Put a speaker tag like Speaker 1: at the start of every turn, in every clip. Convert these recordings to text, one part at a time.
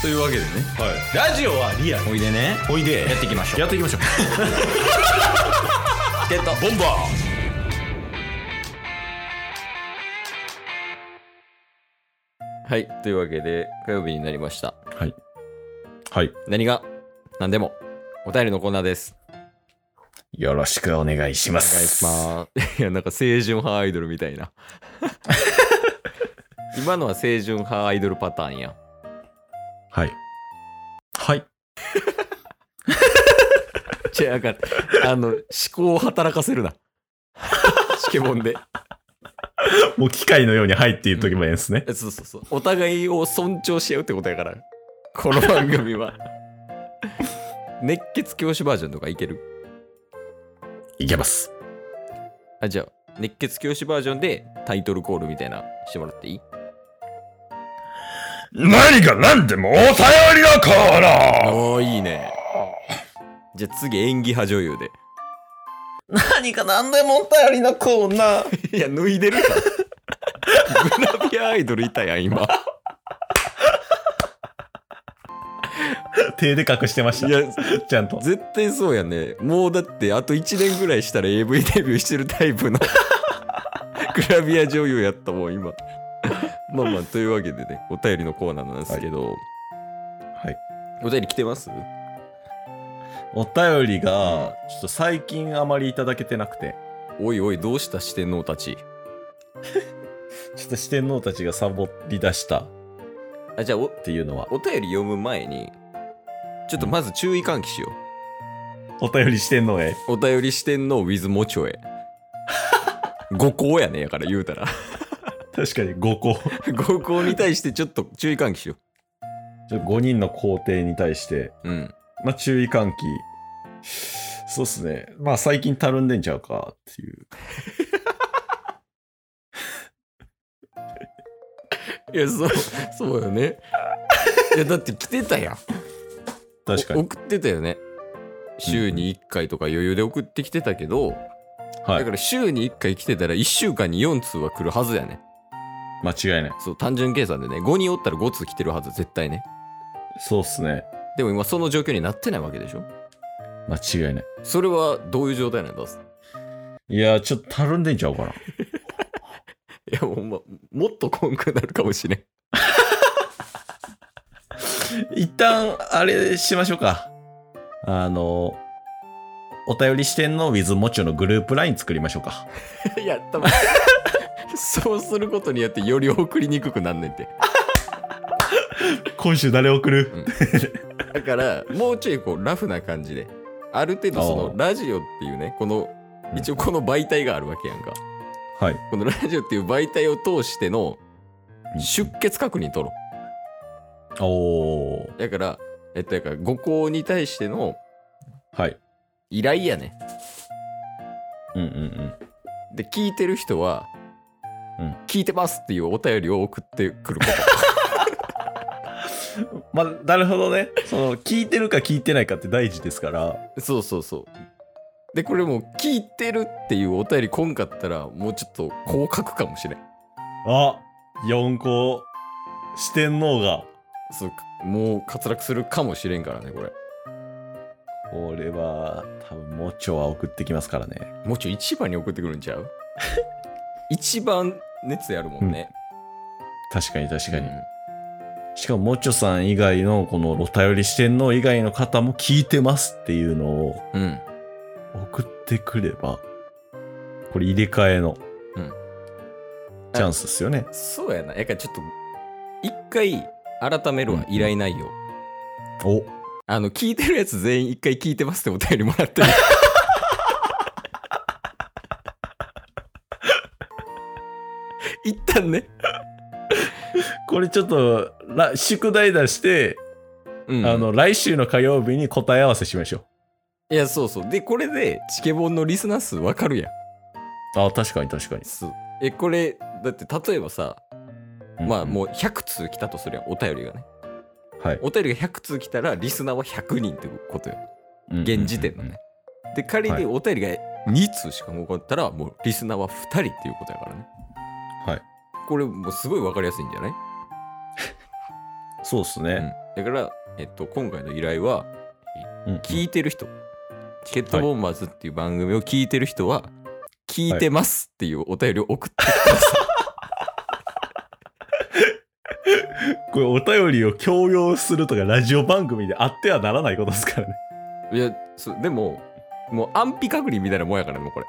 Speaker 1: というわけでね
Speaker 2: はい、ラジオはリアル
Speaker 1: おいでね
Speaker 2: おいで
Speaker 1: やっていきましょう
Speaker 2: やっていきましょう
Speaker 1: ゲット
Speaker 2: ボンバ
Speaker 1: はいというわけで火曜日になりました
Speaker 2: ーはいはい
Speaker 1: 何が何でもお便りのコーナーです
Speaker 2: よろしくお願いしま
Speaker 1: お願いし
Speaker 2: す
Speaker 1: ます。 いや、なんか青春派アイドルみたいな。 今のは青春派アイドルパターンや。
Speaker 2: はいはい
Speaker 1: 違う、なんか、あの、思考を働かせるな。 試験本で。
Speaker 2: もう機械のように「はい」って言っとけばいいんですね、
Speaker 1: そうそうそう。お互いを尊重し合うってことやから。この番組は。 熱血教師バージョンとかいける
Speaker 2: いけます
Speaker 1: あ、じゃあ、熱血教師バージョンでタイトルコールみたいなしてもらっていい
Speaker 2: 何が何でもお便りのコーナー
Speaker 1: おー、いいね。じゃあ次、演技派女優で。
Speaker 2: 何が何でもお便りのコーナ ー
Speaker 1: いや、脱いでるか。 グラビアアイドルいたやん、今。
Speaker 2: 手で隠してまし
Speaker 1: いや、
Speaker 2: たちゃんと
Speaker 1: 絶対そうやね。もうだって、あと1年ぐらいしたら AV デビューしてるタイプの グラビア女優やったもん、今。 まあまあ、というわけでね、お便りのコーナーなんですけど、
Speaker 2: はい
Speaker 1: お便り来てます
Speaker 2: お便りがちょっと最近あまりいただけてなくて
Speaker 1: おいおい、どうした四天王たち。
Speaker 2: ちょっと四天王たちがサボり出したっ
Speaker 1: あ、じゃあお、
Speaker 2: ていうのは
Speaker 1: お便り読む前に、ちょっとまず注意喚起しよ
Speaker 2: お便り四天王へ
Speaker 1: う。お便り四天王 with もちょ え。五校やねやから言うたら。
Speaker 2: 確かに5校
Speaker 1: 合コンに対してちょっと注意喚起しよ
Speaker 2: ちょ5人の皇帝に対して、
Speaker 1: う。うん。
Speaker 2: まあ、注意喚起。そうっすね。まあ、最近たるんでんちゃうかっていう。
Speaker 1: いや、そう、 そうよね。いや、だって来てたやん。
Speaker 2: 確か
Speaker 1: お
Speaker 2: に。
Speaker 1: 送ってたよね。週に1回とか余裕で送ってきてたけど、
Speaker 2: は
Speaker 1: だ
Speaker 2: い
Speaker 1: か。ら週に1回来てたら1週間に4通は来るはずやね。
Speaker 2: 間違いない。
Speaker 1: そう、単純計算でね。5人おったら5通来てるはず、絶対ね。
Speaker 2: そうっすね。
Speaker 1: でも今その状況になってないわけでしょ
Speaker 2: 間違いない。
Speaker 1: それはどういう状態なんだ
Speaker 2: いやー、ちょっとたるんでんちゃうかな。
Speaker 1: いや、ほんま、もっとこんくなるかもしれん。
Speaker 2: 一旦、あれしましょうか。あの、お便り視点の with もちょのグループライン作りましょうか。
Speaker 1: いや、多分 そうすることによってより送りにくくなんねんて。
Speaker 2: 今週誰送る
Speaker 1: だからもうちょいこうラフな感じである程度そ
Speaker 2: あ
Speaker 1: の
Speaker 2: ー
Speaker 1: ラジオっていうねこの
Speaker 2: うん
Speaker 1: 一応この媒体があるわけやんか
Speaker 2: はい。
Speaker 1: このラジオっていう媒体を通しての出血確認取ろ
Speaker 2: お
Speaker 1: う
Speaker 2: ー。
Speaker 1: だからえっとだからご校に対しての
Speaker 2: はい。
Speaker 1: 依頼やね
Speaker 2: うんうんうん。
Speaker 1: で聞いてる人は、
Speaker 2: うん
Speaker 1: 聞いてますっていうお便りを送ってくるこ
Speaker 2: まあ、なるほどね。その、聞いてるか聞いてないかって大事ですから。
Speaker 1: とそうそうそうでこれもう聞いてるっていうお便りこんかったらもうちょっと降格かもしれん
Speaker 2: あ四校四天王が
Speaker 1: そうもう滑落するかもしれんからねこれ
Speaker 2: これは多分もちょは送ってきますからね
Speaker 1: もうちょい一番に送ってくるんちゃう 一番熱やるもんね。
Speaker 2: 確かに確かに、
Speaker 1: うん
Speaker 2: しかももちょさん以外のこのお便り四天王以外の方も聞いてますっていうのを
Speaker 1: うん。
Speaker 2: 送ってくればこれ入れ替えの、
Speaker 1: うん
Speaker 2: チャンスですよね
Speaker 1: そうやな。やからちょっと、一回改めるわ
Speaker 2: う、ん
Speaker 1: 依頼内容。
Speaker 2: お
Speaker 1: あの、聞いてるやつ全員一回聞いてますってお便りもら ってる。一旦ね。
Speaker 2: これちょっとら宿題出して、
Speaker 1: うん
Speaker 2: あの来週の火曜日に答え合わせしましょ
Speaker 1: いや、そうそう。で、これで、チケボンのリスナー数わかるやん。
Speaker 2: うあ確かに確かに
Speaker 1: そうえ、これ、だって例えばさ、まあもう100通来たとするやん、お便りがね。
Speaker 2: うんはい
Speaker 1: お便りが100通来たらリスナーは100人ってことよ現時点のね、で仮
Speaker 2: は
Speaker 1: に
Speaker 2: い
Speaker 1: お便りが2通しか残ったらもうリスナーは2人っていうことやからね
Speaker 2: はい
Speaker 1: これもうすごい分かりやすいんじゃない
Speaker 2: そうですね、
Speaker 1: だから、えっと、今回の依頼は、
Speaker 2: うん
Speaker 1: 聞いてる人、チケットボンバーズっていう番組を聞いてる人は、聞いてますっていうお便りを送って、
Speaker 2: これお便りを強要するとかラジオ番組であってはならないことですからね。
Speaker 1: い、やそうでも、もう安否確認みたいなもんやからね、もうこれ。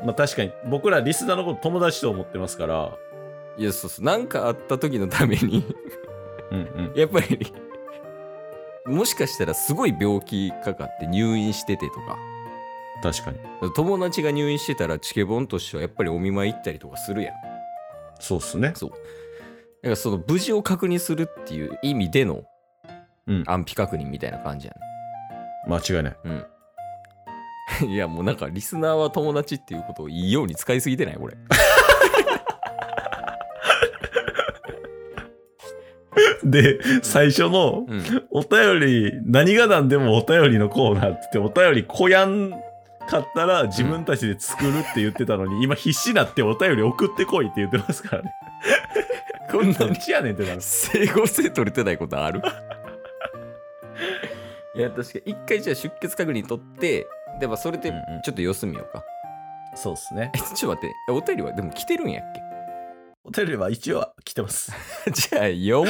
Speaker 2: まあ確かに僕らリスナーのこと友達と思ってますから。
Speaker 1: いや、そうそう、なんかあった時のために、
Speaker 2: うんうん。
Speaker 1: やっぱり、もしかしたらすごい病気かかって入院しててとか、
Speaker 2: 確かに。
Speaker 1: 友達が入院してたらチケボンとしてはやっぱりお見舞い行ったりとかするやん。
Speaker 2: そうっすね。
Speaker 1: そう。だからその無事を確認するっていう意味での
Speaker 2: うん
Speaker 1: 安否確認みたいな感じや
Speaker 2: 間違いない。
Speaker 1: ね。 いやもうなんかリスナーは友達っていうことをいいように使いすぎてないこれ。
Speaker 2: で、最初の
Speaker 1: うん。
Speaker 2: お便り、何がなんでもお便りのコーナーって言って、お便りこやんかったら自分たちで作るって言ってたの に、今必死になってお便り送ってこいって言ってます からね。
Speaker 1: こんな
Speaker 2: どっ
Speaker 1: に
Speaker 2: ちやねんってなる。
Speaker 1: 整合性取れてないことあ るいや確か一回じゃあ出血確認取って、でもそれで
Speaker 2: うんうん
Speaker 1: ちょっと様子見ようか。
Speaker 2: そうっすね。
Speaker 1: え、ちょっと待って、お便りはでも来てるんやっけ
Speaker 2: お便りは一応は来てます。
Speaker 1: じゃあ読もう。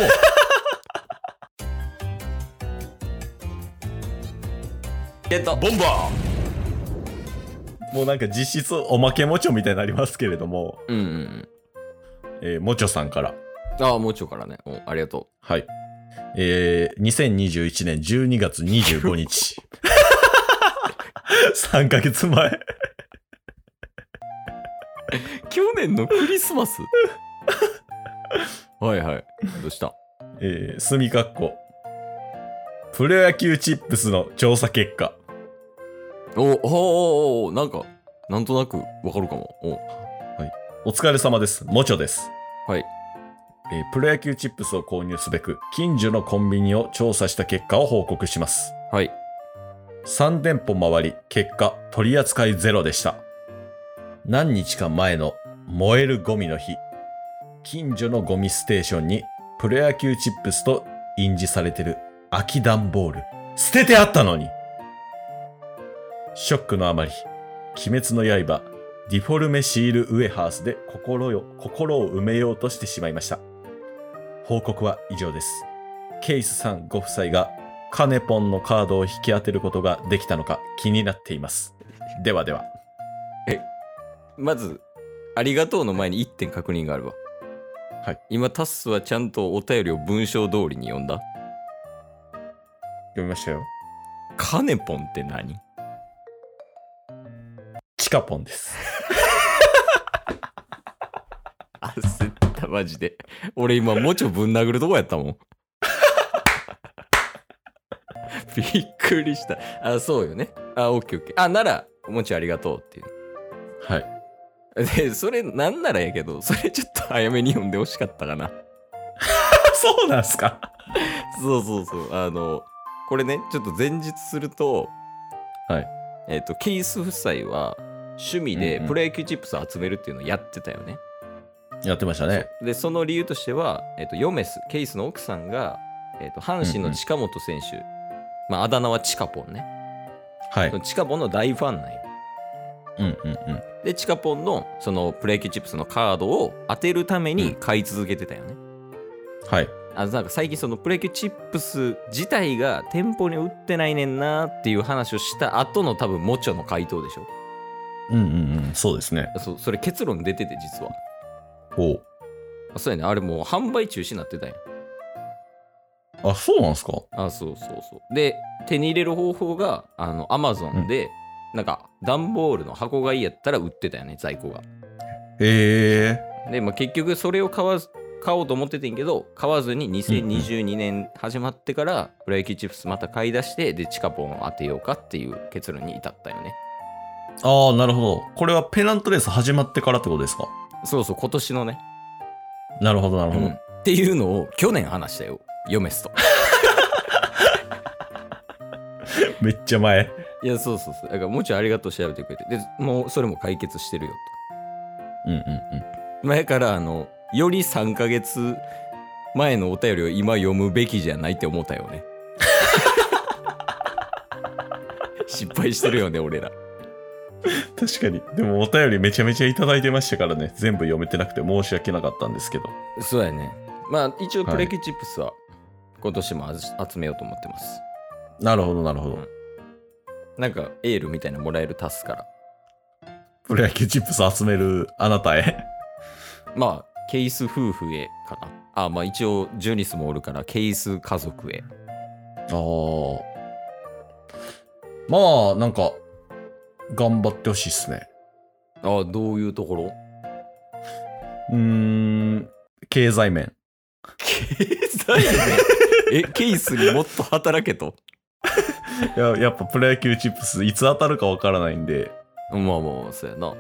Speaker 1: えっと、
Speaker 2: ボンバーもうなんか実質おまけもちょみたいになりますけれども、
Speaker 1: うんうんうん。
Speaker 2: えーもちょさんから。
Speaker 1: ああ、もうちょいからね。うんありがと
Speaker 2: はい。えー、2021年12月25日。3ヶ月前。
Speaker 1: う。去年のクリスマス はいはい。どうした
Speaker 2: えー、すみかっこ。プロ野球チップスの調査結果。
Speaker 1: おおおおおなんか、なんとなくわかるかも。お
Speaker 2: お疲れ様です。もちょです。
Speaker 1: はい。
Speaker 2: えープロ野球チップスを購入すべく、近所のコンビニを調査した結果を報告します。
Speaker 1: はい。
Speaker 2: 3店舗回り、結果、取り扱いゼロでした。何日か前の燃えるゴミの日、近所のゴミステーションにプロ野球チップスと印字されてる空き段ボール、捨ててあったのにショックのあまり、鬼滅の刃、ディフォルメシールウエハースで心よ、心を埋めようとしてしまいました。報告は以上です。ケイスさんご夫妻がカネポンのカードを引き当てることができたのか気になっています。ではでは。
Speaker 1: まず、ありがとうの前に1点確認があるわ。
Speaker 2: はい。
Speaker 1: 今、タッスはちゃんとお便りを文章通りに読んだ。
Speaker 2: 読みましたよ。
Speaker 1: カネポンって何
Speaker 2: チカポンです。
Speaker 1: 焦ったマジで俺今もちょぶん殴るとこやったもん びっくりしたあそうよねあオッケーオッケーあならもちありがとうっていう
Speaker 2: はい。
Speaker 1: でそれなんならやけどそれちょっと早めに読んでほしかったかな
Speaker 2: そうなんすか
Speaker 1: そうそうそうあのこれねちょっと前日すると
Speaker 2: はい
Speaker 1: えっ、とケイス夫妻は趣味で
Speaker 2: うんうん
Speaker 1: プロ野球チップスを集めるっていうのをやってたよね、
Speaker 2: やってましたね。
Speaker 1: でその理由としては、えっとヨメスケイスの奥さんが、えっと阪神の近本選手、まあ、あだ名はチカポンね
Speaker 2: はい。
Speaker 1: そうのチカポンの大ファンなんよ
Speaker 2: んうんうん。
Speaker 1: でチカポンのそのプレイキチップスのカードを当てるために買い続けてたよね、
Speaker 2: はい。
Speaker 1: あなんか最近そのプレイキチップス自体が店舗に売ってないねんなっていう話をした後の多分モチョの回答でしょ
Speaker 2: うんうんうん。そうですね。
Speaker 1: そうそれ結論出てて実は
Speaker 2: おう
Speaker 1: あそうやねあれもう販売中止になってたんや
Speaker 2: あ、そうなんすか
Speaker 1: あそうそうそうで手に入れる方法があのアマゾンで、なんか段ボールの箱買いやったら売ってたよね在庫が
Speaker 2: え
Speaker 1: で、まあ、結局それを買わず買おうと思っててんけど買わずに2022年始まってからプロ野球チップスまた買い出してでチカポンを当てようかっていう結論に至ったよね
Speaker 2: えああ、なるほど。これはペナントレース始まってからってことですか
Speaker 1: そうそう今年のね、
Speaker 2: なるほど、なる
Speaker 1: うんっていうのを去年話したよヨメスと
Speaker 2: めっちゃ前。
Speaker 1: いやそうそうそうだからもうちょいありがとう調べてくれてでもうそれも解決してるよと
Speaker 2: うんうんうん。
Speaker 1: 前からあのより3ヶ月前のお便りを今読むべきじゃないって思ったよね。 失敗してるよね、俺ら。
Speaker 2: 確かに。でもお便りめちゃめちゃいただいてましたからね。全部読めてなくて申し訳なかったんですけど。
Speaker 1: そうやね。まあ、一応、
Speaker 2: はい
Speaker 1: プレキチップスは今年も集集めようと思ってます。
Speaker 2: なるほど、なる
Speaker 1: う
Speaker 2: ほど
Speaker 1: ん。なんか、エールみたいなのもらえる足すから。
Speaker 2: プロ野球チップス集めるあなたへ。
Speaker 1: まあ、ケイス夫婦へかな。あ、まあ一応、ジュニスもおるから、ケイス家族へ。
Speaker 2: ああ。まあ、なんか、頑張ってほしいっすね。
Speaker 1: あ、どういうところ
Speaker 2: うーん、経済面。
Speaker 1: 経済面え、ケイスにもっと働けと。
Speaker 2: いや、やっぱプロ野球チップス、いつ当たるかわからないんで、
Speaker 1: まあまあまあ、そうやな。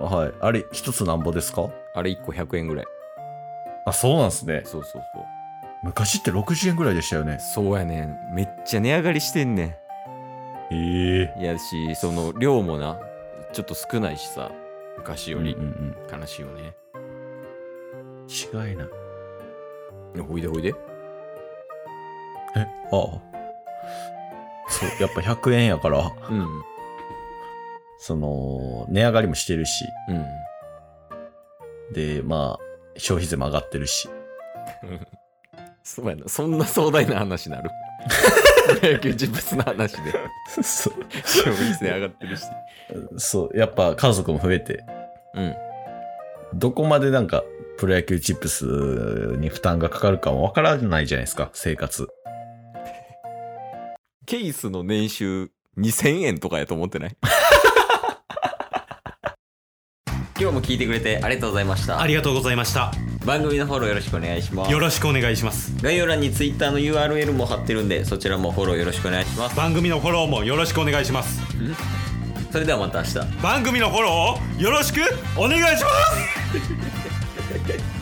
Speaker 2: はい。あれ、一つなんぼですか
Speaker 1: あれ1個100円ぐらい。
Speaker 2: あ、そうなんすね。
Speaker 1: そうそうそう。
Speaker 2: 昔って60円ぐらいでしたよね。
Speaker 1: そうやねん。めっちゃ値上がりしてんね
Speaker 2: ええ
Speaker 1: ん。いやし、その量もな、ちょっと少ないしさ、昔より
Speaker 2: うんうん
Speaker 1: 悲しいよね。
Speaker 2: うん、違いない。
Speaker 1: ほいでほいで。
Speaker 2: え、ああ。そう、やっぱ100円やから、
Speaker 1: うん。
Speaker 2: その、値上がりもしてるし、
Speaker 1: うん。
Speaker 2: で、まあ、消費税も上がってるし。
Speaker 1: そうやな。そんな壮大な話 なる。 野球人物の話で。
Speaker 2: そ
Speaker 1: 消費税上がってるし。
Speaker 2: う、そうやっぱ家族も増えて、
Speaker 1: うん。
Speaker 2: どこまでなんか、プロ野球チップスに負担がかかるかもわからないじゃないですか、生活。
Speaker 1: ケイスの年収2000円とかやと思ってない 今日も聞いてくれてありがとうございました
Speaker 3: ありがとうございました
Speaker 1: 番組のフォローよろしくお願いします
Speaker 3: よろしくお願いします
Speaker 1: 概要欄に Twitter の URL も貼ってるんでそちらもフォローよろしくお願いします
Speaker 3: 番組のフォローもよろしくお願いします
Speaker 1: それではまた明日
Speaker 3: 番組のフォローをよろしくお願いします